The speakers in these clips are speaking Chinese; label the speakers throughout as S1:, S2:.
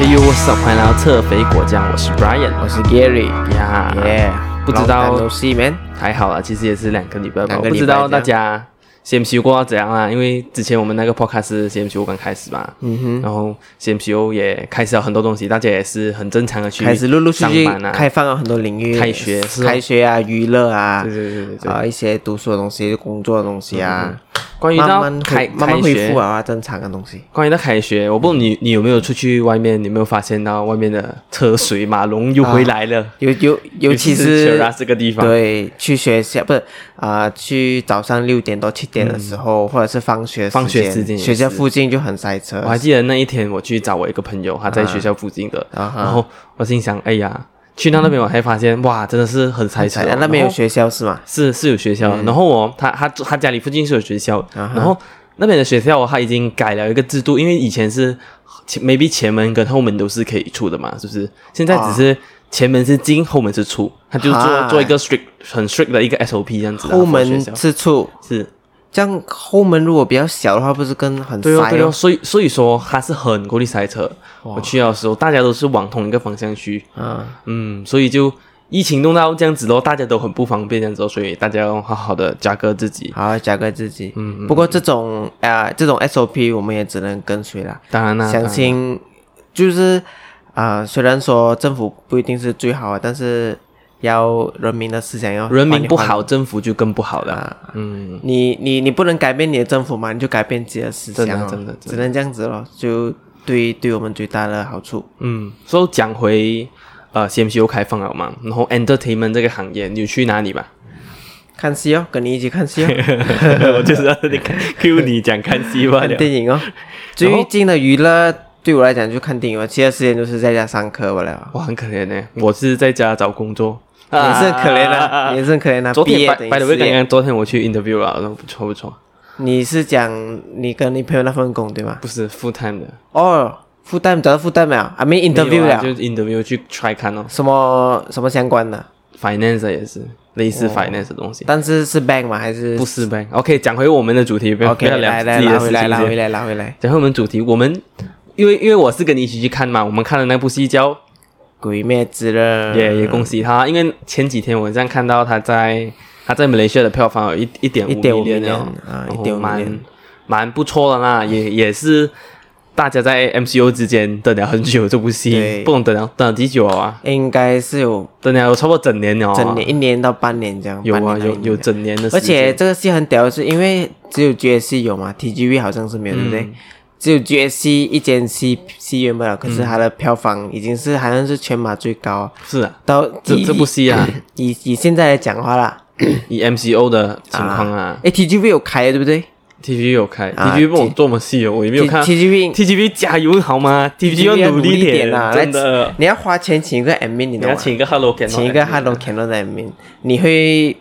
S1: Yo，what's up？欢迎来到侧肥果酱，我是 Brian。
S2: 我是 Gary，
S1: 呀
S2: 耶，
S1: 不知道
S2: 老板都是 man，
S1: 还好啦，其实也是两个礼拜吧，
S2: 两
S1: 我
S2: 个
S1: 不
S2: 礼
S1: 知
S2: 拜
S1: 道大家 CMCO 过到怎样啊啦，因为之前我们那个 podcast 是 CMCO 刚开始嘛，
S2: 嗯哼，
S1: 然后 CMCO 也开始了很多东西，大家也是很正常的去
S2: 开始陆陆续续
S1: 上班啊，
S2: 开放了很多领域，
S1: 开学是哦
S2: 开学啊，娱乐啊
S1: 对，对对对对。
S2: 啊，一些读书的东西、工作的东西啊，
S1: 嗯关于
S2: 慢
S1: 到
S2: 慢
S1: 开
S2: 恢慢慢
S1: 开
S2: 恢
S1: 学
S2: 复啊，正常的东西。
S1: 关于到开学，我不懂你你有没有出去外面，你有没有发现到外面的车水马龙又回来了？
S2: 尤尤啊尤其
S1: 尤其
S2: 是
S1: 是 Cheras 这个地方
S2: 对，去学校不是啊、去早上六点多七点的时候，或者是放学
S1: 嗯放学时间也
S2: 学校
S1: 是
S2: 附近就很塞车
S1: 我。还记得那一天我去找我一个朋友，他在学校附近的，
S2: 啊哈
S1: 然后我心想，哎呀，去到那边我还发现，哇，真的是很塞车哦、
S2: 那
S1: 然
S2: 边有
S1: 后
S2: 学嗯校是吗？
S1: 是是有学校，然后我他他他家里附近是有学校，
S2: 啊
S1: 然后那边的学校哦他已经改了一个制度，因为以前是前 maybe 前门跟后门都是可以出的嘛，是不是？现在只是前门是进，后门是出，他就做、
S2: 啊
S1: 做一个 strict 很 strict 的一个 SOP 这样子啊。
S2: 后
S1: for 学
S2: 门
S1: 校
S2: 是处，
S1: 是
S2: 这样后门如果比较小的话，不是更很
S1: 对哦，
S2: 塞
S1: 对哦，所以所以说它是很过力塞车。我去的时候，大家都是往同一个方向去，
S2: 啊，
S1: 嗯，所以就疫情弄到这样子咯，大家都很不方便这样子咯，所以大家要好好的加个自己。
S2: 好，加个自己。嗯，不过这种啊、呃这种 SOP 我们也只能跟随啦。
S1: 当然啦，
S2: 相信就是啊、呃虽然说政府不一定是最好的，啊但是要人民的思想要
S1: 当然人民
S2: 换一
S1: 不
S2: 换
S1: 好，政府就更不好了。
S2: 啊。
S1: 嗯，
S2: 你你你不能改变你的政府嘛，你就改变自己的思想
S1: 真的
S2: 哦
S1: 真的真的
S2: 只能这样子咯，就对对我们最大的好处。
S1: 嗯，所、以讲回呃，CMCO 开放了嘛，然后 entertainment 这个行业，你有去哪里吧？
S2: 看戏哦，跟你一起看戏 哦，
S1: 啊我就是要你看 Q 你讲看戏罢
S2: 看
S1: 了。
S2: 电影哦。最近的娱乐对我来讲就看电影了，其他时间都是在家上课罢了。
S1: 哇，很可怜呢、我是在家找工作，
S2: 哦你是很可怜
S1: 啊 啊啊
S2: 的，
S1: 啊
S2: 你是很可怜的。
S1: 昨
S2: 毕
S1: 天
S2: 业
S1: 白
S2: 等于
S1: 白的
S2: 失
S1: 刚
S2: 业
S1: 刚昨天我去 interview 了，然后不错不错，
S2: 你是讲你跟你朋友那份工对吗？
S1: 不是 full time 的
S2: 哦，复旦找到复旦没有？还没 interview
S1: 没有
S2: 了，
S1: 啊就 interview 去 try 看哦
S2: 什么什么相关的？
S1: ，finance 的也是类似 finance 的东西，
S2: 哦但是是 bank 吗？还是
S1: 不是呗？OK，讲回我们的主题，不要不
S2: OK？
S1: 要聊
S2: 来
S1: 自
S2: 来
S1: 己的
S2: 拉
S1: 事
S2: 回
S1: 情
S2: 来拉回
S1: 先。
S2: 来拉回来，
S1: 讲回我们主题，我们因为因为我是跟你一起去看嘛，我们看的那部戏叫
S2: 鬼灭之刃
S1: 也也恭喜他，因为前几天我这样看到他在他在马来西亚的票房有一一点
S2: 1.5
S1: 五 million 了
S2: 啊
S1: 然后
S2: 1.5
S1: 蛮
S2: million
S1: 蛮不错的啦，也也是大家在 MCU 之间等了很久这部戏，
S2: 对
S1: 不懂等了等了几久啊？
S2: 应该是有
S1: 等了有差不多整年了、哦，
S2: 整年一年到半年这样，
S1: 有啊
S2: 半年到
S1: 有
S2: 一年
S1: 有整年的时
S2: 而
S1: 间，
S2: 且这个戏很屌的是，因为只有 GSC 有
S1: 嗯
S2: 嘛，TGV 好像是没有，对不对？只有 GSC 一间戏戏院不了，可是它的票房已经是好像是全马最高，
S1: 是啊，
S2: 到
S1: 这
S2: 以
S1: 这部戏啊，
S2: 以以现在来讲的话啦，
S1: 以 MCO 的情况啊
S2: 诶 t g v 有开的对不对
S1: TGV 有开
S2: 啊
S1: ，TGV 帮我做么戏哦，我也没有看
S2: t g v
S1: TGV 加油好吗？TGV 要努力
S2: 一点啊，来
S1: 真的，，
S2: 你要花钱请一个 admin，你
S1: 你
S2: 懂
S1: 要
S2: 吗？
S1: 请一个 Hello Can，
S2: 请一个 Hello Canon 的 admin，你会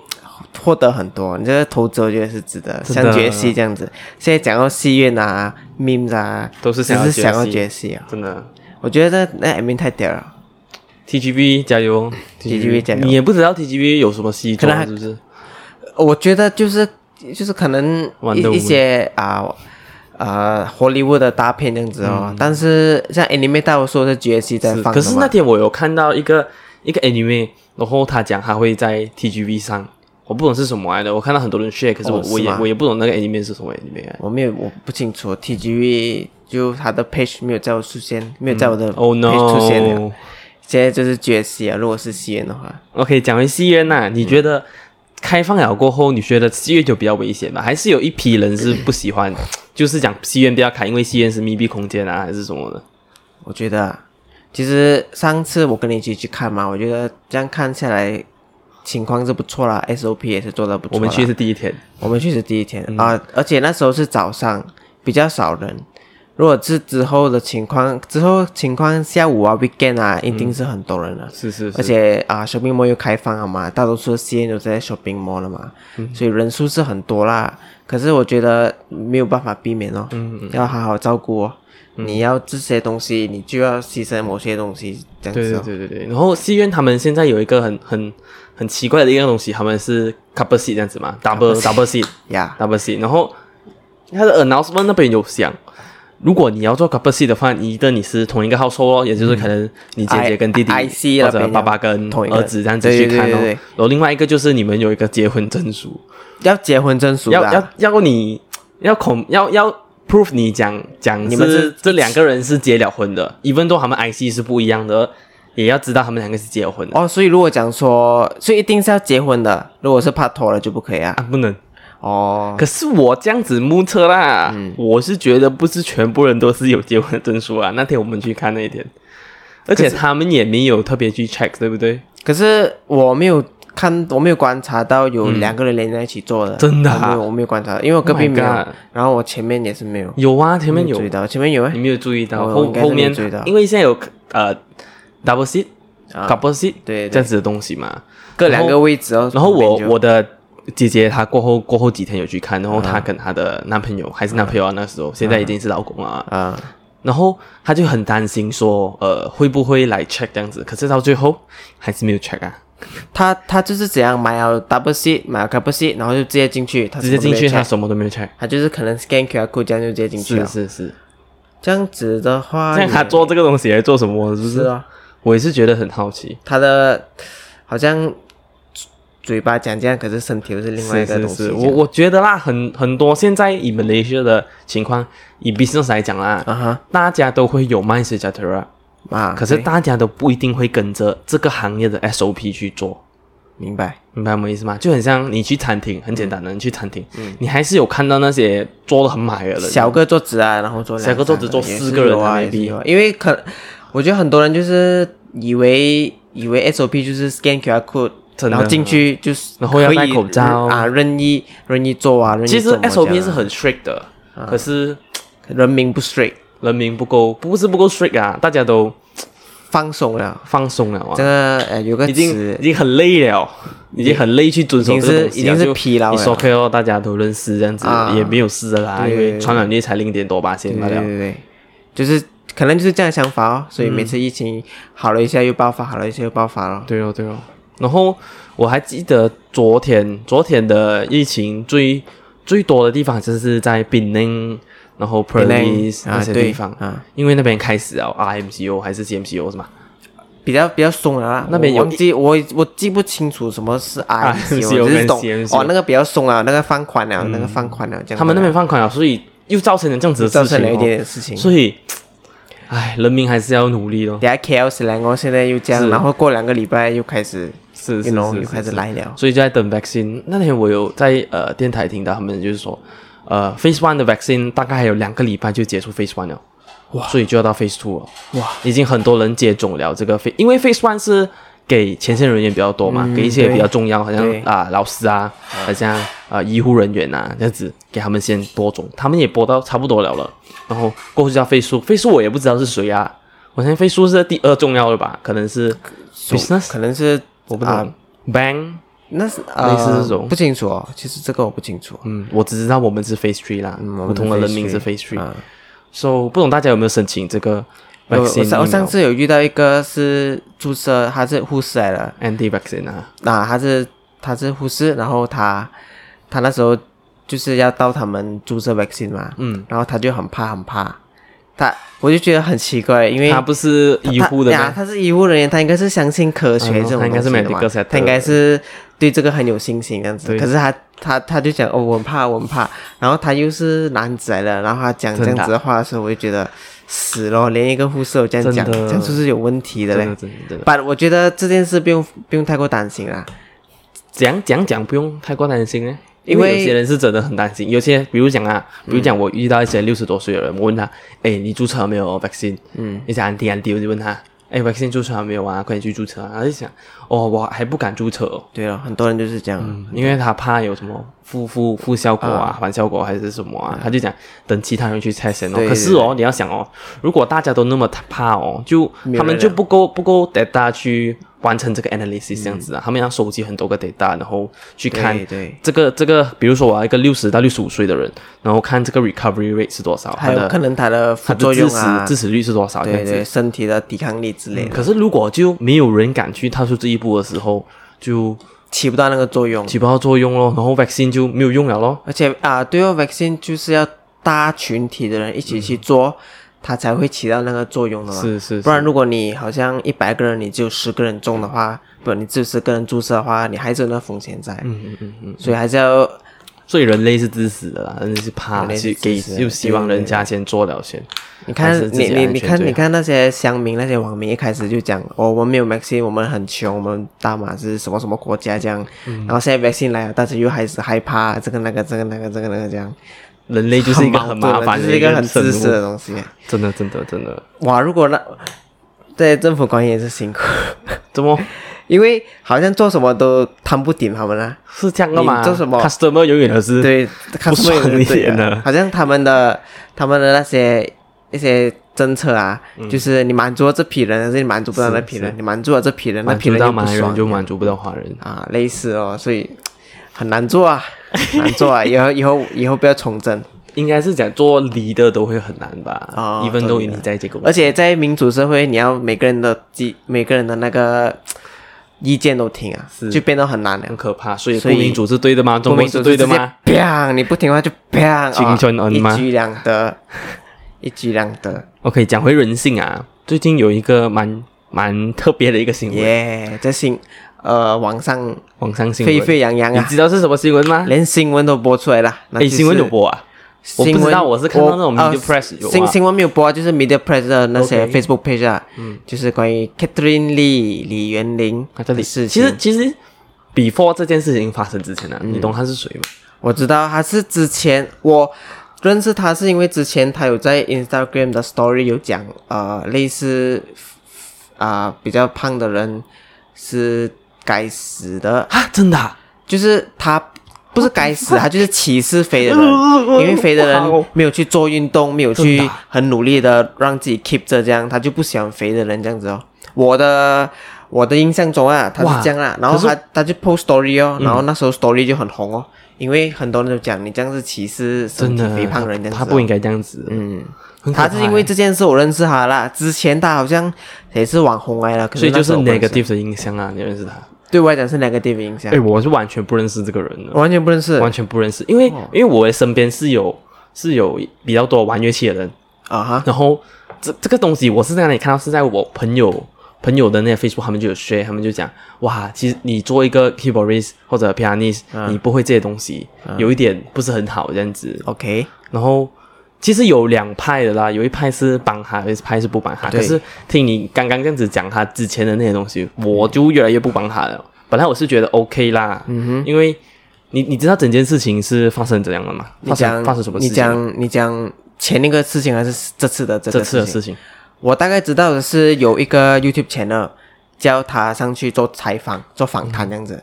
S2: 获得很多。你这个投资我觉得是值得，
S1: 真
S2: 像
S1: 的
S2: 爵士这样子。现在讲到戏院啊、memes 啊，
S1: 都是
S2: 只
S1: 想要
S2: 是想要
S1: 爵
S2: 爵士啊。
S1: 真的。
S2: 我觉得那 admin 太屌了，
S1: TGV 加油
S2: TGV 加油
S1: 你也不知道 TGV 有什么戏做
S2: 可能还
S1: 是不是？
S2: 我觉得就是就是可能
S1: Wonder
S2: 一
S1: Woman
S2: 一些啊。呃，荷里活的大片这样子哦，但是像 anime 大多数是 GSC 在
S1: 嗯是
S2: 放
S1: 可
S2: 的
S1: 是
S2: 嘛
S1: 那天我有看到一个一个 anime，然后他讲他会在 TGV 上，我不懂是什么来的，我看到很多人 share，可是我、
S2: 哦
S1: 我
S2: 是
S1: 也
S2: 吗
S1: 我也不懂那个 anime 是什么 anime 来的。
S2: 我没有，我不清楚 TGV 就它的 page 没有在我出现，没有在我的
S1: Oh
S2: page 出现了。
S1: no！
S2: 现在就是爵士啊，如果是西元的话，
S1: OK，讲回戏院呐、你觉得开放了过后，你觉得戏院就比较危险吧？还是有一批人是不喜 欢，就是讲戏院不要开，因为戏院是密闭空间啊，还是什么的？
S2: 我觉得啊其实上次我跟你一起去看嘛，我觉得这样看下来情况是不错啦，SOP 也是做的不错
S1: 我
S2: 啦。
S1: 们去嗯是第一天，
S2: 我们去是第一天啊、而且那时候是早上，比较少人。如果是之后的情况，之后情况下午啊、weekend 啊，一定是很多人了。
S1: 是是是，
S2: 而且啊、s h o p p i n g mall 又开放了嘛，大多数的戏院都在 shopping mall 了嘛，
S1: 嗯
S2: 所以人数是很多啦。可是我觉得没有办法避免哦，
S1: 嗯
S2: 要好好照顾哦。你要这些东西，你就要牺牲某些东西，这样
S1: 对
S2: 子、
S1: 对
S2: 哦。
S1: 对对对。然后戏院他们现在有一个很很很奇怪的一个东西，他们是 couple seat 这样子嘛，double double seat
S2: 呀
S1: double seat，然后他的 announcement 那边有响，如果你要做 couple seat 的话，你的你是同一个 household 咯，也就是可能你姐姐跟弟弟
S2: I- IC
S1: 或
S2: 那
S1: 者
S2: 边
S1: 爸爸跟
S2: 同一个
S1: 儿子这样子去看哦。
S2: 对对对对对
S1: 然后另外一个就是你们有一个结婚证书，
S2: 要结婚证书的
S1: 要
S2: 啊，
S1: 要要你要恐要要 proof 你讲讲
S2: 你们是
S1: 这两个人是结了婚的，even 都他们 IC 是不一样的，也要知道他们两个是结了婚的、
S2: 哦，所以如果讲说，所以一定是要结婚的，如果是怕拖了就不可以啊。
S1: 啊，不能。
S2: 哦，
S1: 可是我这样子目测啦，
S2: 嗯
S1: 我是觉得不是全部人都是有结婚的证书啊。那天我们去看那一天，而且他们也没有特别去 check，对不对？
S2: 可是我没有看，我没有观察到有两个人连在一起做的，
S1: 嗯真的啊
S2: 我没有，我没有观察到，因为我隔
S1: Oh
S2: 壁
S1: my
S2: 没有
S1: God
S2: 然后我前面也是没有，
S1: 有啊，前面有嗯
S2: 注意，到前面有
S1: 你
S2: 哎，
S1: 没有注意到，
S2: 我
S1: 后
S2: 应该是
S1: 后面
S2: 没有注意到
S1: 因为现在有呃 double seat、
S2: 啊
S1: couple seat
S2: 对对
S1: 这样子的东西嘛，
S2: 各两
S1: 然
S2: 个
S1: 后
S2: 位置哦。
S1: 然后我
S2: 旁边就
S1: 我的姐姐她过后过后几天有去看，然后
S2: 嗯
S1: 她跟她的男朋友、还是男朋友啊，那时候现在已经是老公了啊，
S2: 啊，
S1: 然后她就很担心说，呃，会不会来 check 这样子？可是到最后还是没有 check 啊，
S2: 他他就是怎样买了 double seat，买了 double seat，然后就直接进去，他
S1: 直接进去她
S2: 他
S1: 什么都没有 check，
S2: 他就是可能 scan QR code 这样就直接进去啊
S1: 是
S2: 了。
S1: 是是，
S2: 这样子的话，
S1: 像她
S2: 也
S1: 做这个东西来做什么？是不
S2: 是
S1: 是？
S2: 啊，
S1: 我也是觉得很好奇。
S2: 他的好像嘴巴讲这样，可是身体又是另外一个东
S1: 是
S2: 西
S1: 是是，
S2: 这样。
S1: 我我觉得啦，很很多现在以 Malaysia 的情况，以 business 来讲啦，
S2: 啊哈
S1: 大家都会有 m i n d s e t
S2: 啊，
S1: 可是
S2: 对
S1: 大家都不一定会跟着这个行业的 SOP 去做。
S2: 明白
S1: 明白我们意思吗？就很像你去餐厅，很简单的，你去餐厅，你还是有看到那些做的很满的人，
S2: 嗯小个桌子啊，然后坐两
S1: 小个桌子
S2: 三个
S1: 坐
S2: 也
S1: 四
S2: 是
S1: 个人
S2: 有
S1: 啊
S2: 啊，也
S1: maybe
S2: 是有啊因为可我觉得很多人就是以为以为 SOP 就是 scan QR code。
S1: 真的
S2: 然后进去就是，
S1: 然后要戴口罩
S2: 啊，任意任意做啊，任意
S1: 其实
S2: 做嘛
S1: SOP
S2: 这样
S1: 是很 strict 的，
S2: 嗯
S1: 可是
S2: 人民不 straight，
S1: 人民不够，不是不够 strict 啊，大家都
S2: 放松了。
S1: 放松了啊
S2: 这。个呃有个
S1: 已经
S2: 词
S1: 已经很累了，已经很累去遵守
S2: 已
S1: 这
S2: 经
S1: 个
S2: 是
S1: 东西了
S2: 已经是
S1: 就
S2: 疲劳了
S1: 你说 OK 哦，大家都认识这样子，
S2: 啊
S1: 也没有事的啦，
S2: 对
S1: 因为传染率才零点多八千罢
S2: 对
S1: 了。嗯
S2: 对对，就是可能就是这样的想法哦。所以每次疫情好了一下又爆发，好了一下又爆发了。
S1: 对哦，对哦。然后我还记得昨天，昨天的疫情最最多的地方就是在 Penang，然后 p e r l i s
S2: 啊
S1: 那些
S2: 对
S1: 地方，
S2: 啊
S1: 因为那边开始哦了 RMCO 还是 CMCO 是吗？
S2: 比较比较松了啊啦，
S1: 那边
S2: 我
S1: 有
S2: 忘记我我记不清楚什么是 I
S1: RMCO
S2: 就是
S1: 啊跟
S2: 懂
S1: CMCO
S2: 哦，那个比较松啊，那个放宽了，那个放宽啊了，这样
S1: 嗯他们那边放宽了，所以又造成了这样子的事情、
S2: 造
S1: 哦，
S2: 成了一点点事情。
S1: 所以，唉，人民还是要努力咯。
S2: 等下 KL 十来哦，现在又这样，
S1: 是
S2: 然后过两个礼拜又开始，
S1: 是是
S2: 然后
S1: 是
S2: 又开始
S1: 是
S2: 来了。
S1: 所以就在等 vaccine。那天我有在呃电台听到他们就是说，呃 phase one 的 vaccine 大概还有两个礼拜就结束 phase one 了，哇，所以就要到 phase two 了，
S2: 哇，
S1: 已经很多人接种了这个 phase，因为 phase one 是给前线人员比较多嘛，给一些
S2: 对
S1: 比较重要，好像
S2: 嗯对
S1: 啊、老师啊，好像啊、呃医护人员啊这样子，给他们先播种，他们也播到差不多了了，然后过后就叫 phase two，phase two 我也不知道是谁啊，我相信 phase two 是第二重要的吧，可能是 business，
S2: 可能是
S1: 我不懂、
S2: 啊
S1: bank。
S2: 那是
S1: 类似
S2: 呃
S1: 这种
S2: 不清楚哦，其实这个我不清楚。
S1: 嗯，我只知道我们是 Phase Three 啦，
S2: 嗯我们
S1: 普通的
S2: 是
S1: 人民是
S2: Phase
S1: Phase Three，、
S2: 啊
S1: so, 不懂大家有没有申请这个
S2: 我我
S1: vaccine 疫
S2: 上
S1: 苗
S2: 我上次有遇到一个是注射，他是护士来的，
S1: anti vaccine 啊？
S2: 那、他是他是护士，然后他他那时候就是要到他们注射 vaccine 嘛，
S1: 嗯，
S2: 然后他就很怕很怕，他我就觉得很奇怪，因为
S1: 他不是医护的
S2: 他呀
S1: 吗？
S2: 他是医护人员，他应该是相信科学
S1: 嗯
S2: 这种
S1: 他应该是
S2: 东西的嘛
S1: medical sector
S2: 他应该是对这个很有信心这样子。
S1: 对
S2: 可是他他他就讲哦，我很怕，我很怕。然后他又是男子来的，然后他讲这
S1: 真的啊
S2: 样子的话的时候，我就觉得死咯，连一个护士都这样讲，
S1: 真的
S2: 这样是不是有问题的
S1: 真
S2: 嘞
S1: 的？真的真的，
S2: 但我觉得这件事不用不用太过担心啦。
S1: 讲讲讲不用太过担心呢，因
S2: 因
S1: 为
S2: 为
S1: 有些人是真的很担心，有些比如讲啊，比如讲我遇到一些六十多岁的人，我问他，哎，你注册了没有 vaccine？嗯，一些 anti anti 我就问他，哎，vaccine 注册了没有啊？快点去注册啊！他就想，哦，我还不敢注册、哦。
S2: 对了，很多人就是这样。
S1: 因为他怕有什么副副副效果啊、反效果还是什么啊，他就讲等其他人去猜先哦。
S2: 对
S1: 可是哦，你要想哦，如果大家都那么怕哦，就
S2: 没有人
S1: 他们
S2: 了
S1: 就不够不够 data 去完成这个 analysis 这样子啊，他们要收集很多个 data，然后去看
S2: 嗯对对
S1: 这个这个，比如说我啊要一个六十到六十五岁的人，然后看这个 recovery rate 是多少，他
S2: 还有
S1: 的
S2: 可能他的
S1: 他
S2: 副
S1: 的
S2: 作
S1: 致
S2: 用
S1: 死、
S2: 啊，
S1: 致死率是多少这
S2: 对
S1: 样子嗯
S2: 对，身体的抵抗力之类的，
S1: 可是如果就没有人敢去踏出这一步的时候，就
S2: 起不到那个作用。
S1: 起不到作用咯，然后 vaccine 就没有用了咯。
S2: 而且啊，对哦，vaccine 就是要大群体的人一起去做，它才会起到那个作用的嘛。
S1: 是是，
S2: 不然，如果你好像一百个人，你只有十个人中的话，不，你只有十个人注射的话，你还是有那风险在。
S1: 嗯嗯嗯嗯，
S2: 所以还是要
S1: 所以人类是自私的啦，人类是怕
S2: 人类
S1: 去
S2: 是
S1: 给
S2: 自私，的
S1: 就希望人家先做了先。
S2: 你
S1: 还
S2: 看
S1: 是自己
S2: 你你
S1: 安
S2: 你
S1: 全
S2: 看
S1: 最
S2: 你看那些乡民那些网民一开始就讲哦，我们没有 vaccine，我们很穷，我们大马是什么什么国家这样，
S1: 嗯
S2: 然后现在 vaccine 来了，大家又开始害怕这个那个这个那个这个那个这样，
S1: 人类 就是一个
S2: 很
S1: 很麻烦
S2: 就
S1: 的
S2: 是一
S1: 个
S2: 很
S1: 生
S2: 自私
S1: 物
S2: 的，东西。
S1: 真的真的真的，
S2: 哇，如果那对政府官员也是辛苦，
S1: 怎么
S2: 因为好像做什么都摊不顶他们啊啦。
S1: 是这样的嘛？
S2: 你做什么
S1: ？customer 永远都是
S2: 对，看什么也是
S1: 爽一
S2: 对
S1: 点
S2: 的
S1: 的
S2: 好像他们的他们的那些一些政策啊，
S1: 嗯
S2: 就是你满足了这批人，还是你满足不了那批人，你满足了这批人，那
S1: 满
S2: 批
S1: 足
S2: 人
S1: 到
S2: 又不
S1: 马来
S2: 爽
S1: 人就满足不到华人。
S2: 啊，类似哦，所以很难做 啊，难做啊，以后以后以后不要从政，
S1: 应该是讲做 leader 都会很难吧
S2: 啊
S1: ，even
S2: 做
S1: though
S2: leader
S1: 你在这个公司，
S2: 而且在民主社会，你要每个人的基每个人的那个意见都听啊，就变得很难了
S1: 很。可怕，所以不
S2: 所以
S1: 民主是对的吗？中
S2: 公
S1: 国
S2: 民
S1: 是
S2: 主
S1: 对的吗？？
S2: 砰！你不听话就砰！
S1: 青春恩吗
S2: 啊一举两得， 一举两得。
S1: OK，讲回人性啊，最近有一个蛮蛮特别的一个新闻，
S2: 耶这新呃网上
S1: 网上新闻，
S2: 沸沸扬扬
S1: 你
S2: 啊，
S1: 知道是什么新闻吗？
S2: 连新闻都播出来了。那
S1: 哎，
S2: 就是
S1: 新闻有，播啊？我不
S2: 新
S1: 知
S2: 闻
S1: 道，我是看到那种
S2: 我啊
S1: media press 有
S2: 新
S1: 啊。
S2: 新闻没有播啊，就是 Media Press 的那些
S1: OK 嗯
S2: Facebook page 啊，就是关于 Catherine Lee 李元玲
S1: 啊这里
S2: 的事
S1: 其
S2: 情。
S1: 实其实 before 这件事情发生之前
S2: 嗯
S1: 啊，你懂他是谁吗？
S2: 我知道他是之前我认识他是因为之前他有在 Instagram 的 Story 有讲，呃，类似啊、比较胖的人是该死的，
S1: 啊，真的啊？
S2: 就是他不是该死，啊他就是歧视肥
S1: 呃
S2: 的人，因为肥的
S1: 哇哦
S2: 人没有去做运动，没有
S1: 真
S2: 去
S1: 的啊
S2: 很努力的让自己 keep 着这样，他就不喜欢肥的人这样子哦。我的我的印象中啊，他
S1: 哇
S2: 是这样啦，然后
S1: 可是嗯
S2: 他他就 post story 哦，然后那时候 story 就很红哦，因为很多人都讲你这样是歧视身
S1: 真
S2: 体
S1: 的，
S2: 肥胖人这样子、哦，
S1: 他不应该这样子。嗯，
S2: 他是因为，这件事我认识他啦，之前他好像也是网红来了，可
S1: 所以
S2: 那
S1: 就
S2: 时
S1: 是
S2: 候我不认识啊
S1: negative 的印象啊，你认识他？
S2: 对我来讲是 negative 影响
S1: 哎，，我是完全不认识这个人的
S2: 我，完全不认识
S1: 完全不认识，因为
S2: 哦
S1: 因为我的身边是有是有比较多玩乐器的人，
S2: 啊哈，
S1: 然后这这个东西我是在哪里看到？是在我朋友朋友的那个 Facebook，他们就有 share，他们就讲哇，其实你做一个 keyboardist 或者 pianist，、你
S2: 啊
S1: 不会这些东西，有一点不是很好这样子。
S2: OK，
S1: 然后其实有两派的啦，有一派是帮他，有一派是不帮他。
S2: 对
S1: 可是听你刚刚这样子讲他之前的那些东西，我就越来越不帮他
S2: 嗯
S1: 了。本来我是觉得 OK 啦，嗯、因为你你知道整件事情是发生怎样了吗？
S2: 你
S1: 发
S2: 讲
S1: 生发生什么事
S2: 你
S1: 情吗？
S2: 讲你讲前那个事情还是这次的这
S1: 这
S2: 个
S1: 次的
S2: 事情？
S1: 事情，
S2: 我大概知道的是有一个 YouTube channel 叫他上去做采访、做访谈这样子。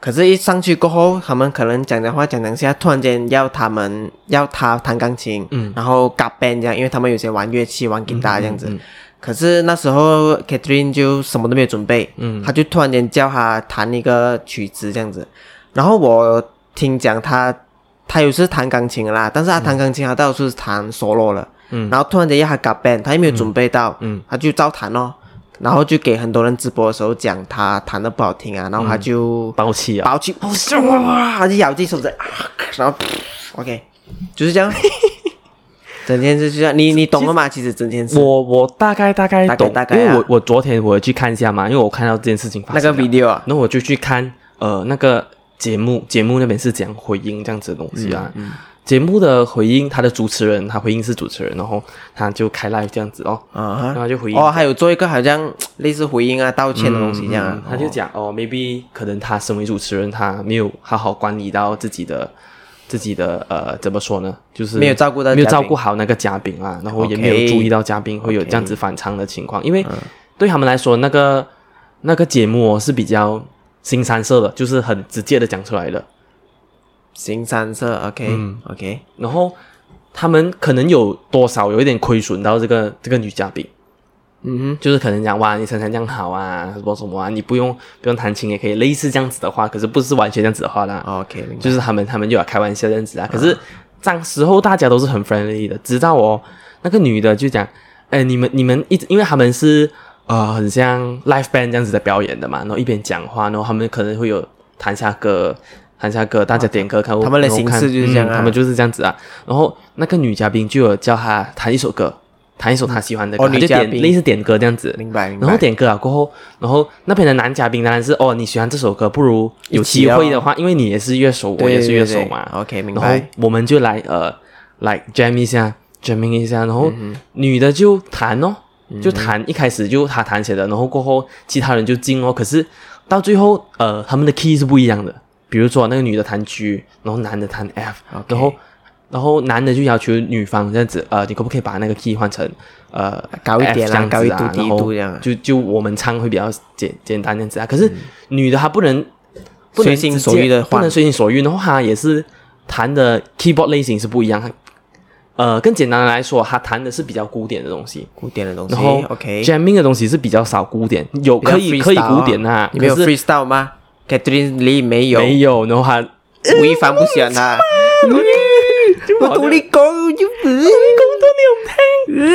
S2: 可是，一上去过后，他们可能讲讲话、讲讲下，突然间要他们要他弹钢琴，嗯，然后嘎 band 这样，因为他们有些玩乐器、玩吉他这样子。
S1: 嗯
S2: 可是那时候 Catherine 就什么都没有准备，嗯，他就突然间叫他弹一个曲子这样子。然后我听讲他他有时弹钢琴的啦，但是他弹钢琴他到处是弹 solo 了，嗯，然后突然间要他嘎 band，他也没有准备到，嗯，他就照弹咯，然后就给很多人直播的时候讲他弹的不好听啊，然后他就
S1: 爆气啊！
S2: 拔去，哇，他就咬自己手指啊，然后 OK，就是 这样，整件事就这样，你你懂了吗？其实整件事
S1: 我我大概大概
S2: 大概
S1: 懂，
S2: 大概啊
S1: 因为我我昨天我有去看一下嘛，因为我看到这件事情发
S2: 那
S1: 生
S2: 个
S1: 了
S2: video 啊，
S1: 然后我就去看呃那个节目，节目那边是怎样回应这样子的东西
S2: 嗯
S1: 啊。节目的回应，他的主持人，他回应是主持人，然后他就开 live 这样子哦，
S2: 啊哈
S1: 然后他就回应，
S2: 哦，还有做一个好像类似回应啊、道歉的东西这样啊
S1: 嗯，他就讲哦，maybe 可能他身为主持人，他没有好好管理到自己的自己的呃怎么说呢，就是
S2: 没有照顾到
S1: 没有
S2: 嘉宾
S1: 照顾好那个嘉宾啊，然后也没有
S2: OK
S1: 注意到嘉宾会有这样子反常的情况，因为
S2: 嗯
S1: 对他们来说，那个那个节目、哦、是比较新三色的，就是很直接的讲出来的。
S2: 新三色，OK OK，
S1: 然后他们可能有多少有一点亏损到这个这个女嘉宾，
S2: 嗯
S1: 就是可能讲哇，你身材这样好啊，什么什么啊，你不用不用弹琴也可以，类似这样子的话，可是不是完全这样子的话啦，
S2: 哼，OK，明白嗯
S1: 就是他们他们就要开玩笑这样子啊，可是当时候大家都是很 friendly 的，直到哦那个女的就讲，哎，你们你们一直因为他们是呃很像 live band 这样子在表演的嘛，然后一边讲话，然后他们可能会有弹下歌。韩夏歌，大家点歌看，
S2: 哦他们的
S1: 然后
S2: 形
S1: 看
S2: 式就是这样啊
S1: 嗯他们就是这样子啊。然后那个女嘉宾就有叫他弹一首歌，弹一首他喜欢的歌，
S2: 哦
S1: 他
S2: 女
S1: 就
S2: 嘉
S1: 点
S2: 宾
S1: 类似点歌这样子。
S2: 明白明白。
S1: 然后点歌啊过后，然后那边的男嘉宾当然是哦，你喜欢这首歌，不如有
S2: 一起
S1: 机
S2: 哦
S1: 会的话，因为你也是乐手，我
S2: 对
S1: 也是乐
S2: 对
S1: 手
S2: 对
S1: 嘛。
S2: OK，明
S1: 然后
S2: 白。
S1: 我们就来呃来 jam 一下，jamming 一下，然后
S2: 嗯
S1: 女的就弹哦，就弹，一开始就她弹起来的，然后过后其他人就进哦，可是到最后呃他们的 key 是不一样的，比如说那个女的弹 G，然后男的弹 F，
S2: OK
S1: 然后。然后男的就要求女方这样子，呃，你可不可以把那个 key 换成呃
S2: 高一
S1: F
S2: 点
S1: 这
S2: 啦
S1: 样子
S2: 高一度
S1: 啊
S2: 低
S1: 然
S2: 一
S1: 后
S2: 度这样啊嗯
S1: 就就我们唱会比较简简单这样子啊。可是女的她不能不能
S2: 随心
S1: 直
S2: 所
S1: 接
S2: 欲地
S1: 不能
S2: 换
S1: 随心所欲，然后她也是弹的 keyboard 类型是不一样。她呃，更简单的来说，她弹的是比较古典的东西，
S2: 古典的东西
S1: 然后
S2: ，OK，
S1: jamming 的东西是比较少古典，有
S2: 比较
S1: 可以可以
S2: freestyle
S1: 古典啊，
S2: 你没有
S1: 可是
S2: freestyle 吗？Catherine Lee 没有，
S1: 没有，然后她
S2: 吴亦凡不喜欢他。我同你讲，我就唔
S1: 都没有听。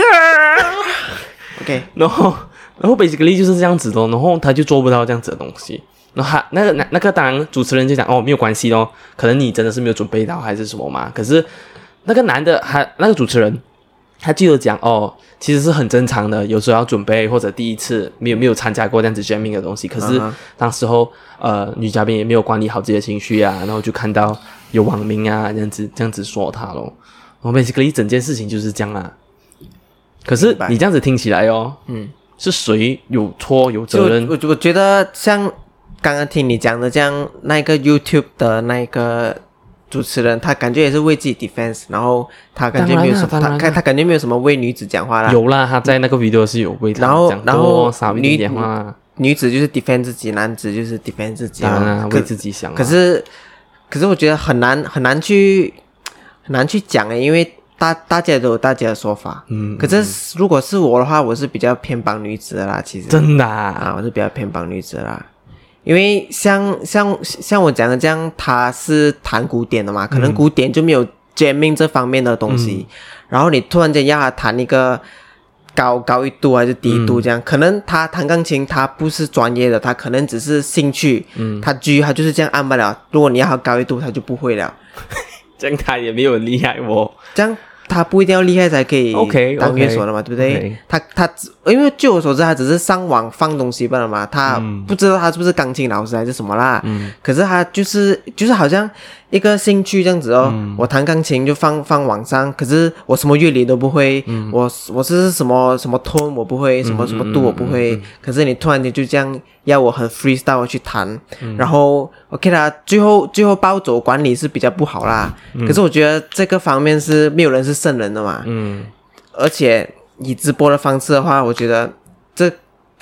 S2: OK，
S1: 然后然后 basically 就是这样子的哦，然后他就做不到这样子的东西。然后他那个那那个当然主持人就讲哦没有关系咯，可能你真的是没有准备到还是什么嘛。可是那个男的他那个主持人他就有讲哦，其实是很正常的，有时候要准备或者第一次没有没有参加过这样子 jamming 的东西。可是
S2: 嗯哼
S1: 当时候呃女嘉宾也没有管理好自己的情绪啊，然后就看到有网民啊这样子这样子说他咯。然后 basically 整件事情就是这样啦、啊可是
S2: 明白
S1: 你这样子听起来哦，
S2: 嗯，
S1: 是谁有错有
S2: 就
S1: 责任？
S2: 我我觉得像刚刚听你讲的这样，那个 YouTube 的那个主持人，他感觉也是为自己 defense，然后他感觉没有什么，
S1: 当然啦
S2: 他
S1: 当然啦
S2: 他他感觉没有什么为女子讲话啦，
S1: 有啦，他在那个 video 是有为他
S2: 呃然后
S1: 讲
S2: 然
S1: 过
S2: 后
S1: 少一
S2: 女
S1: 点点话啦，
S2: 女子就是 defend 自己，男子就是 defend 自己
S1: 当然啦
S2: 啊，。
S1: 为
S2: 可
S1: 自己想啊。
S2: 可是可是我觉得很难很难去很难去讲欸诶，因为大大家都有大家的说法，
S1: 嗯
S2: 可是如果是我的话，我是比较偏帮女子的啦，其实
S1: 真的 啊，
S2: 啊，我是比较偏帮女子啦。因为像像像我讲的这样，他是弹古典的嘛，可能古典就没有 jamming 这方面的东西，然后你突然间要他弹一个高高一度还是低一度这样，可能他弹钢琴他不是专业的，他可能只是兴趣，他 G 他就是这样按不了，如果你要他高一度他就不会了，
S1: 这样他也没有很厉害哦。
S2: 这样他不一定要厉害才可以
S1: OK，OK，
S2: 当乐手的嘛对不对
S1: OK？
S2: 他他只因为据我所知，他只是上网放东西罢了嘛，他不知道他是不是钢琴老师还是什么啦。可是他就是就是好像一个兴趣这样子哦，我弹钢琴就放放网上，可是我什么乐理都不会，我我是什么什么 tone 我不会，什么什么度我不会，可是你突然间就这样要我很 freestyle 地去弹，然后 OK 啦，最后最后暴走管理是比较不好啦，可是我觉得这个方面是没有人是圣人的嘛，
S1: 嗯，
S2: 而且以直播的方式的话，我觉得这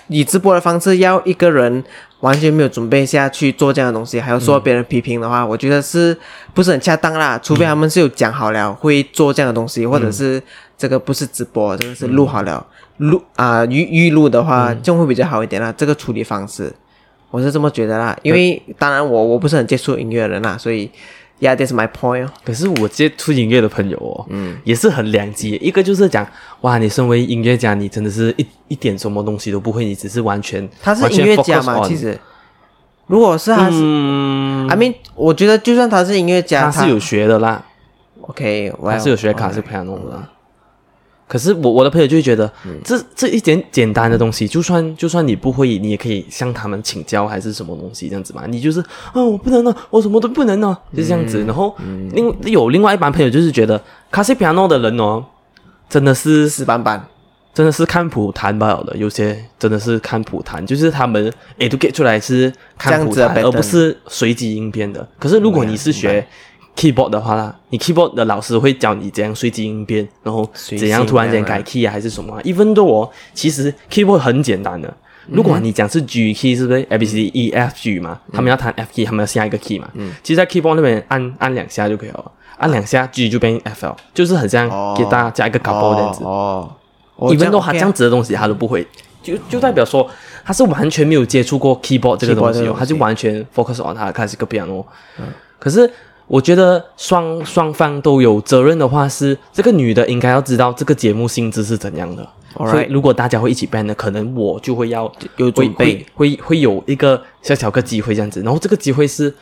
S2: 以直播的方式要一个人完全没有准备下去做这样的东西，还要受到别人批评的话，我觉得是不是很恰当啦？除非他们是有讲好了会做这样的东西，或者
S1: 嗯
S2: 是这个不是直播，这个是录好了录啊预预录的话，这样会比较好一点啦。这个处理方式。我是这么觉得啦，因为当然我我不是很接触音乐的人啦，所以，yeah that's my point 哦。
S1: 可是我接触音乐的朋友哦，嗯，也是很两极。一个就是讲，哇，你身为音乐家，你真的是一一点什么东西都不会，你只是完全
S2: 他是音乐家嘛？其，实，如果是他
S1: 完全 focus on
S2: 是、
S1: 嗯，
S2: I mean，我觉得就算他是音乐家，
S1: 他是有学的啦，
S2: OK，我
S1: 还是有学卡是 piano 的啊。嗯可是我我的朋友就会觉得，这这一点简单的东西，就算就算你不会，你也可以向他们请教，还是什么东西这样子嘛。你就是啊，我不能啊，我什么都不能啊，就是这样子。然后另有另外一班朋友就是觉得，卡西 piano 的人哦，真的是
S2: 死板板，
S1: 真的是看谱弹不了的，有些真的是看谱弹，就是他们 educate 出来是看谱
S2: 这样
S1: 弹
S2: 子，的
S1: 而
S2: pattern
S1: 不是随机应变的。可是如果你是学 keyboard 的话啦，你 keyboard 的老师会教你怎样随机应变，然后
S2: 随
S1: 怎样
S2: 性
S1: 突然间
S2: 这样
S1: 改
S2: 啊
S1: key 啊，还是什么、啊。even though 哦，其实 keyboard 很简单的。如果你讲是 G key 是不是 A B C D E F G 嘛？他们要弹 F key，他们要下一个 key 嘛？其实，在 keyboard 那边按按两下就可以了，按两下 G 就变 F 了，就是很像
S2: 哦
S1: 给大家加一个 g a b 这样子。
S2: 哦，
S1: 你们都他
S2: 还
S1: 这样子的东西他都不会，就就代表说他是完全没有接触过 keyboard 这个东
S2: keyboard 这
S1: 西
S2: 个
S1: 哦
S2: 东，西嗯
S1: 他就完全 focus on 他开始个 piano。可是我觉得双双方都有责任的话是，这个女的应该要知道这个节目性质是怎样的。
S2: Alright
S1: 所以如果大家会一起 band 的，可能我就会要
S2: 有准备
S1: 会会会会有一个小小个机会这样子，然后这个机会是。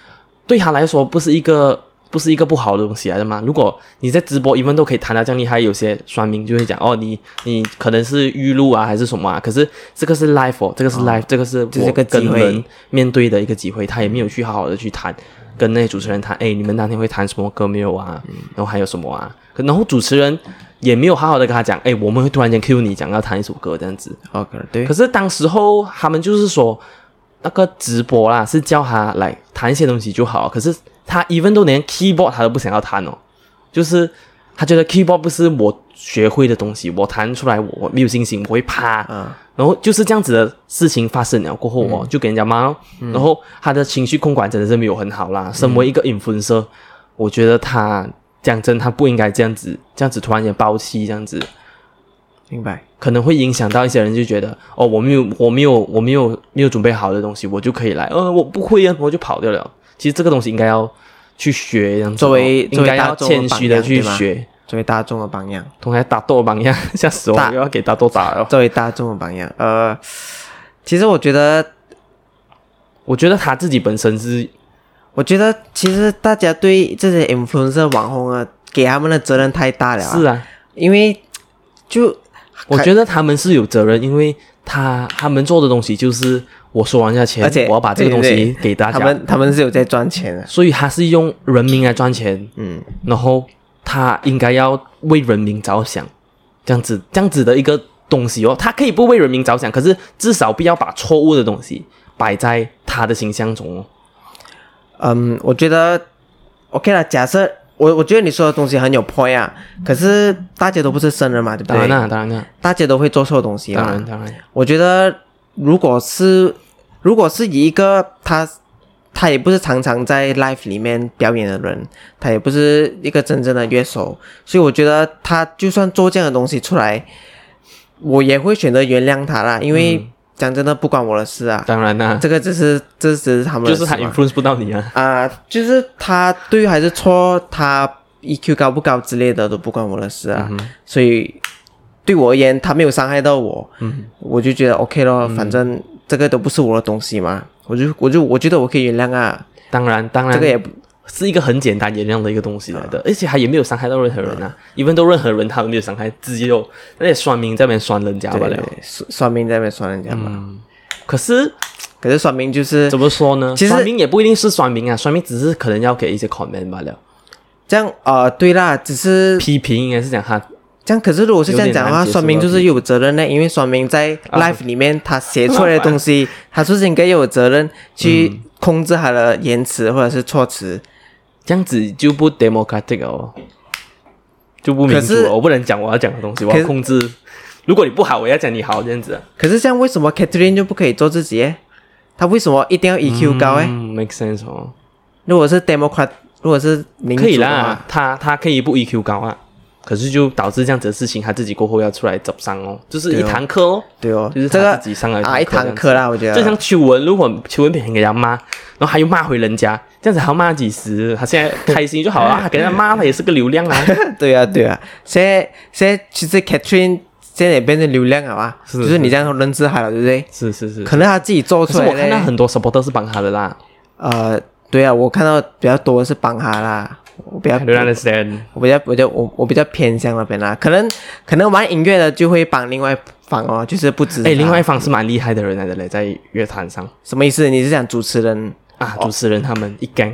S1: 对他来说不是一个不是一个不好的东西来的吗？如果你在直播一问都可以谈到这样厉害，有些酸民就会讲哦，你你可能是预录啊还是什么啊？可是这个是 live，、哦、这个是 live，、这个是
S2: 是
S1: 我
S2: 一个机
S1: 跟
S2: 会
S1: 人面对的一个机会，他也没有去好好的去谈。跟那些主持人谈，哎，你们当天会谈什么歌没有啊？
S2: 嗯
S1: 然后还有什么啊？可然后主持人也没有好好的跟他讲，哎，我们会突然间 Q 你讲要弹一首歌这样子，
S2: OK，对
S1: 可，是当时候他们就是说，那个直播啦是叫他来弹一些东西就好，可是他 even 都连 keyboard 他都不想要弹哦，就是他觉得 keyboard 不是我学会的东西，我弹出来我我没有信心，我会趴。
S2: 啊嗯
S1: 然后就是这样子的事情发生了过后哦，就给人家骂咯。然后他的情绪控管真的是没有很好
S2: 嗯
S1: 啦。身为一个 influencer，、我觉得他讲真，他不应该这样子，这样子突然间爆气这样子。
S2: 明白。
S1: 可能会影响到一些人，就觉得哦，我没有，我没有，我没有没有准备好的东西，我就可以来，呃，我不会啊，我就跑掉了。其实这个东西应该要去学，这样子哦
S2: 作为
S1: 应该要
S2: 作为大众的
S1: 谦虚的去
S2: 榜样对
S1: 学，
S2: 作为大众的榜样，
S1: 同台打斗榜样，吓死我
S2: 打
S1: 了，又要给打斗打了。
S2: 作为大众的榜样，呃，其实我觉得，
S1: 我觉得他自己本身是
S2: 我觉得其实大家对这些 influencer 网红啊，给他们的责任太大了、
S1: 是啊，
S2: 因为就
S1: 我觉得他们是有责任，因为他他们做的东西就是我收完下钱，
S2: 而且
S1: 我要把这个东
S2: 对对
S1: 西
S2: 对
S1: 给大
S2: 他
S1: 家，
S2: 们他们是有在赚钱的，
S1: 所以他是用人民来赚钱，
S2: 嗯，
S1: 然后他应该要为人民着想，这样子这样子的一个东西哦，他可以不为人民着想，可是至少不要把错误的东西摆在他的形象中哦。
S2: 嗯，我觉得 OK 了。假设我我觉得你说的东西很有 point 啊，可是大家都不是圣人嘛，对不
S1: 当然
S2: 对？
S1: 啦，当然啦，
S2: 大家都会做错东西
S1: 当
S2: 嘛
S1: 然。当然，
S2: 我觉得如果是如果是以一个他他也不是常常在 l i f e 里面表演的人，他也不是一个真正的乐手，所以我觉得他就算做这样的东西出来，我也会选择原谅他啦，因为
S1: 嗯
S2: 讲真的不关我的事啊。
S1: 当然啦，
S2: 这个只是，这只是他们的
S1: 就是他
S2: 事嘛
S1: influence 不到你啊。
S2: 啊、就是他对还是错，他 EQ 高不高之类的都不关我的事啊。
S1: 嗯
S2: 所以对我而言，他没有伤害到我，
S1: 嗯
S2: 我就觉得 OK 咯，反正这个都不是我的东西嘛，我就我就我觉得我可以原谅啊，
S1: 当然，当然，
S2: 这个也不
S1: 是一个很简单原谅的一个东西来的，而且他也没有伤害到任何人啊。一问都任何人他都没有伤害，只有那些酸民在那边酸人家罢
S2: 对
S1: 啊了。嗯
S2: 对，算算命在那边算人家嘛，
S1: 可是
S2: 可是算命就是
S1: 怎么说呢？
S2: 其实
S1: 酸民也不一定是酸民啊，酸民只是可能要给一些 comment 罢了。
S2: 这样啊、呃对啦，只是
S1: 批评应该是讲他
S2: 这样。可是如果是这样讲的
S1: 有点难
S2: 话，
S1: 解释
S2: 算命就是有责任的，因为算命在
S1: 啊
S2: life 里面他写出来的 东西，他是不是应该有责任去控制他的言辞或者是措辞？
S1: 这样子就不 democratic 了哦，就不民
S2: 可
S1: 主
S2: 是
S1: 了。我不能讲我要讲的东西，我
S2: 可
S1: 要
S2: 是
S1: 控制。如果你不好，我要讲你好，这样子啊。
S2: 可是这样为什么 Catherine 就不可以做自己耶？她为什么一定要 EQ 高哎、
S1: 嗯，make sense 哦，
S2: 如果是 Democrat，如果是民主啊
S1: 可以
S2: 的
S1: 啦
S2: 话，，
S1: 他他可以不 EQ 高啊，可是就导致这样子的事情，他自己过后要出来找伤哦，就是一
S2: 对哦
S1: 堂课哦。
S2: 对哦，
S1: 就是
S2: 这
S1: 他
S2: 个
S1: 自己上来
S2: 啊一堂课啦，我觉
S1: 就像
S2: 得。
S1: 邱文，如果邱文平给人家骂，然后他又骂回人家，这样子还要骂几十，他现在开心就好啊 了，他给人家骂他也是个流量啊。
S2: 对啊，对啊，现在现在其实 Catherine 现在也变成流量了啊，
S1: 是
S2: 就是你这样认知她了，对不对？
S1: 是是是，
S2: 可能她自己做
S1: 可
S2: 出
S1: 是
S2: 来
S1: 我看到
S2: 嘞
S1: 很多 supporter 是帮他的啦，
S2: 呃，对啊，我看到比较多是帮她啦，我比较
S1: 很多 understand。
S2: 我比较我比较我我比较偏向那边啦，可能可能玩音乐的就会帮另外一方哦，就是不止
S1: 哎、另
S2: 她
S1: 外一方是蛮厉害的人来的嘞，在乐坛上
S2: 什么意思？你是讲主持人
S1: 啊，主持人他们一gang，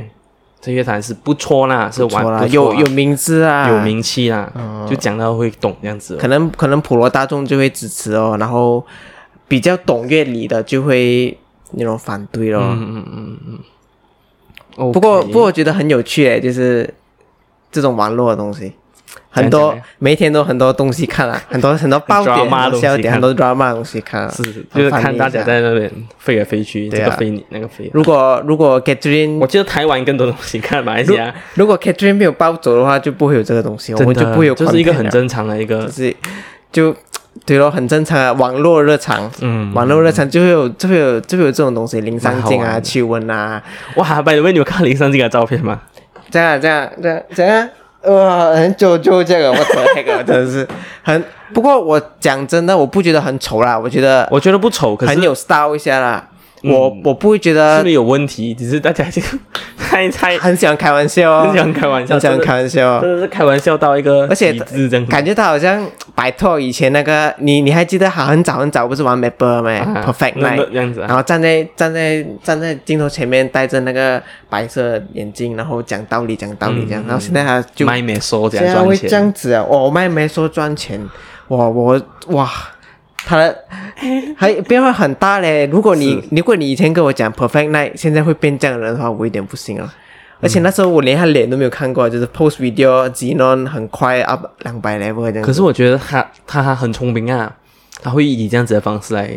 S1: 在乐坛是不错啦，是玩
S2: 错啦，
S1: 不
S2: 有
S1: 错
S2: 有名字啊，嗯
S1: 啊有，名气啦，就讲到会懂这样子哦、
S2: 可能可能普罗大众就会支持哦，然后比较懂乐理的就会那种反对咯。
S1: 嗯嗯嗯嗯嗯。
S2: 不过
S1: OK
S2: 不过我觉得很有趣诶，就是这种网络的东西，很
S1: 讲
S2: 多
S1: 讲
S2: 每一天都很多东西看 啊，很多很多爆点、
S1: drama
S2: 很多笑点、
S1: 的
S2: 很多 drama 的东西看啊，
S1: 是就是
S2: 很
S1: 看大家
S2: 翻译
S1: 在
S2: 一下。
S1: 那边飞来飞去，
S2: 对
S1: 这
S2: 啊
S1: 个飞你那个飞。
S2: 如果如果 Catherine
S1: 我记得台湾更多东西看马来西
S2: 如
S1: 亚，
S2: 如果 Catherine 没有暴走的话，就不会有这个东西，我
S1: 真
S2: 们
S1: 的
S2: 就不会有
S1: 就是一个
S2: content
S1: 很
S2: 了
S1: 正常的一个
S2: 就，是就对咯，很正常啊，网络热场，
S1: 嗯
S2: 网络热场就会有就会有就会有这种东西，淋上镜
S1: 蛮好玩
S2: 啊，
S1: 的
S2: 气温啊，
S1: 哇，by the way，你有看林尚这的照片吗？
S2: 这样啊这样啊这样这样啊，哇，很久就这个，我的那个真的是很，不过我讲真的，我不觉得很丑啦，我觉得
S1: 我觉得不丑，可是嗯
S2: 很有 style 一下啦，我我不会觉
S1: 是
S2: 得
S1: 不是有问题？只是大家就 太太
S2: 很喜欢开玩笑哦，
S1: 很喜欢开玩笑
S2: 很喜欢
S1: 真的
S2: 开玩笑
S1: 真
S2: 哦。
S1: 的是开玩笑到一个
S2: 而且
S1: 极致这样子，
S2: 感觉他好像摆脱以前那个，你你还记得好很早很早不是玩 Maple 没
S1: 啊
S2: 哎 Perfect
S1: 那那
S2: Night，
S1: 这样子
S2: 然
S1: 啊，
S2: 后站在站在站在镜头前面戴着那个白色眼镜，然后讲道理讲道
S1: 嗯
S2: 理这样，然后现在他就
S1: 卖美说这
S2: 现
S1: 样
S2: 在会
S1: 赚
S2: 这
S1: 钱，
S2: 样子啊！哇我妹没说赚钱，哇我哇，他 的还变化很大嘞。如果你如果你以前跟我讲 perfect night，现在会变这样的人的话，我有点不行
S1: 嗯
S2: 了。而且那时候我连他脸都没有看过，啊就是 post video Zinon 很快 up 两百 level 这样子。
S1: 可是我觉得他他他很聪明啊，他会以这样子的方式来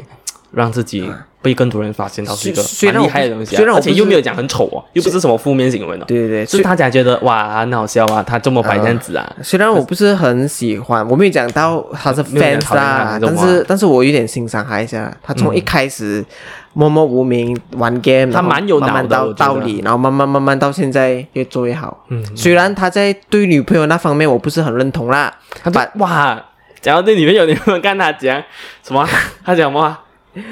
S1: 让自己
S2: 嗯
S1: 被更多人发现到是一个
S2: 虽虽然
S1: 蛮
S2: 我
S1: 厉害的东西、啊，
S2: 虽然我
S1: 而
S2: 不
S1: 且又
S2: 是
S1: 没有讲很丑哦，又不是什么负面行为呢、哦，
S2: 对对对，
S1: 所以大家觉得哇很好笑啊，他这么白这样子啊，
S2: 虽然我不是很喜欢，我没有讲到他是
S1: 没有讲讨厌他
S2: fans 啦，
S1: 那种
S2: 但
S1: 啊
S2: 是但是我有点欣赏他一下。他从一开始默默无名玩 game，
S1: 他
S2: 然后
S1: 蛮有
S2: 慢慢
S1: 脑的我
S2: 到
S1: 觉得
S2: 道理，然后慢慢慢慢到现在越做越好。
S1: 嗯，
S2: 虽然他在对女朋友那方面我不是很认同啦，
S1: 他就哇，讲到这里面有你们看他讲什 么啊，他讲什么啊？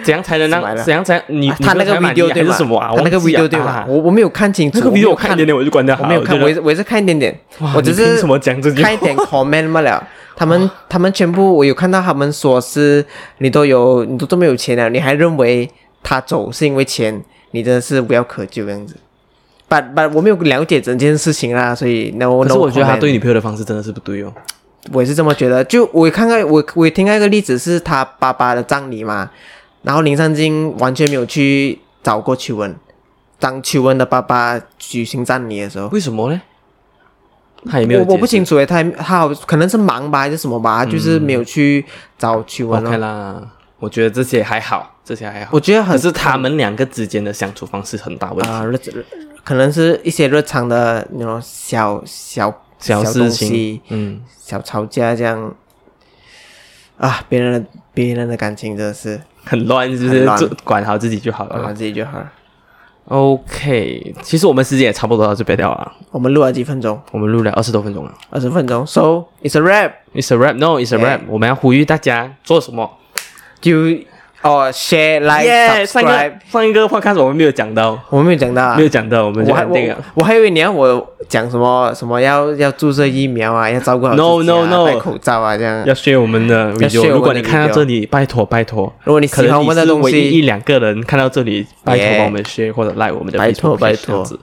S1: 怎样才能
S2: 什么来
S1: 让
S2: 了
S1: 怎样才你
S2: 啊他那个 video 对
S1: 还
S2: 吧？
S1: 是什么啊？
S2: 他那个
S1: 忘记了
S2: video 对吧
S1: 啊？
S2: 我我没有看清楚，
S1: 那个 video 我
S2: 我没有
S1: 看一点点我就关掉好了，
S2: 我没有看，
S1: 觉
S2: 我
S1: 得
S2: 也是我也是看一点点
S1: 哇，
S2: 我只
S1: 你凭
S2: 是
S1: 什么讲这句话
S2: 看一点 comment 不了。他们他们全部我有看到，他们说是你都有你都这么有钱了，你还认为他走是因为钱，你真的是无药可救这样子。把把我没有了解整件事情啦，所以 no
S1: 可
S2: no。
S1: 是我觉得他对，女朋友的方式真的是不对哦。
S2: 我也是这么觉得。就我看到我我也听到一个例子是他爸爸的葬礼嘛，然后林尚金完全没有去找过邱文，当邱文的爸爸举行葬礼的时候，
S1: 为什么呢？他也没有
S2: 我我
S1: 解
S2: 不
S1: 释嗯
S2: 清楚诶，他他好可能是忙吧还是什么吧，就是没有去找曲文了。
S1: OK 啦，我觉得这些还好，这些还好
S2: 我。觉得
S1: 可
S2: 很
S1: 是他们两个之间的相处方式很大问题。
S2: 啊、日子可能是一些日常的那种小小
S1: 小
S2: 东
S1: 事情
S2: 西，、
S1: 嗯，
S2: 小吵架这样啊，别人的别人的感情真的是
S1: 很乱，啊就
S2: 很
S1: 是
S2: 乱
S1: 做管好自己就好了
S2: 管好
S1: 啦。
S2: 自己就好了。
S1: OK，其实我们时间也差不多到这边了啊，
S2: 我们录了几分钟，
S1: 我们录了二十多分钟了。
S2: 二十分钟，so it's a wrap。
S1: It's a wrap, no, it's a wrap。我们要呼吁大家做什么？
S2: 就哦，share like
S1: Yeah，上个
S2: subscribe，
S1: 上一个 podcast 我们没有讲到，
S2: 我没有讲到、啊
S1: 没。有讲到，我们就
S2: 我还
S1: 按
S2: 我
S1: 这个。
S2: 我还以为你要我讲什么什么要要注射疫苗啊，要照顾好
S1: No,
S2: 自己啊
S1: no, no
S2: 戴口罩啊这样。
S1: 要 share 我们的
S2: 嗯 share 我
S1: video，
S2: 们的
S1: 如果你看到
S2: video
S1: 这里，拜托拜托，
S2: 如果你喜
S1: 可
S2: 欢
S1: 能
S2: 我
S1: 你
S2: 们的
S1: 是
S2: 东
S1: 唯一一
S2: 西，
S1: 两个人看到这里，拜托
S2: Yeah
S1: 帮我们 share 或者 like 我们的
S2: 拜托
S1: Facebook page
S2: 拜托
S1: 这样子。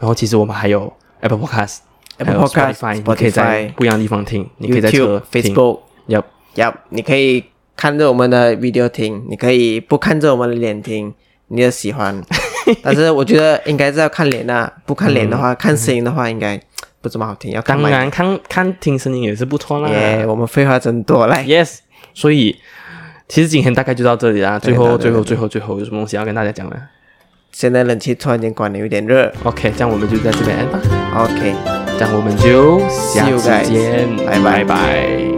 S1: 然后其实我们还有 Apple Podcast、
S2: Apple
S1: 还有
S2: Podcast
S1: Spotify，你可以在
S2: Spotify
S1: 不一样的地方听，你可以在
S2: YouTube
S1: 车、
S2: Facebook，
S1: 要
S2: 呀，你可以看着我们的 video 听，你可以不看着我们的脸听，你的 喜欢。但是我觉得应该是要看脸啊，不看脸的话，看声音的话应该不怎么好听，要看
S1: 嗯当
S2: 麦。
S1: 然看看听声音也是不错啦。
S2: 耶，我们废话真多，来，
S1: Yes，所以其实今天大概就到这里啦。最后
S2: 对
S1: 最
S2: 对
S1: 后
S2: 对
S1: 最后最后有什么东西要跟大家讲呢
S2: 现在冷气突然间关了，有点热。
S1: ？OK，这样我们就在这边 end 吧。
S2: OK，
S1: 这样我们就下
S2: See you
S1: 次
S2: guys
S1: 见，
S2: 拜
S1: 拜
S2: 拜
S1: 拜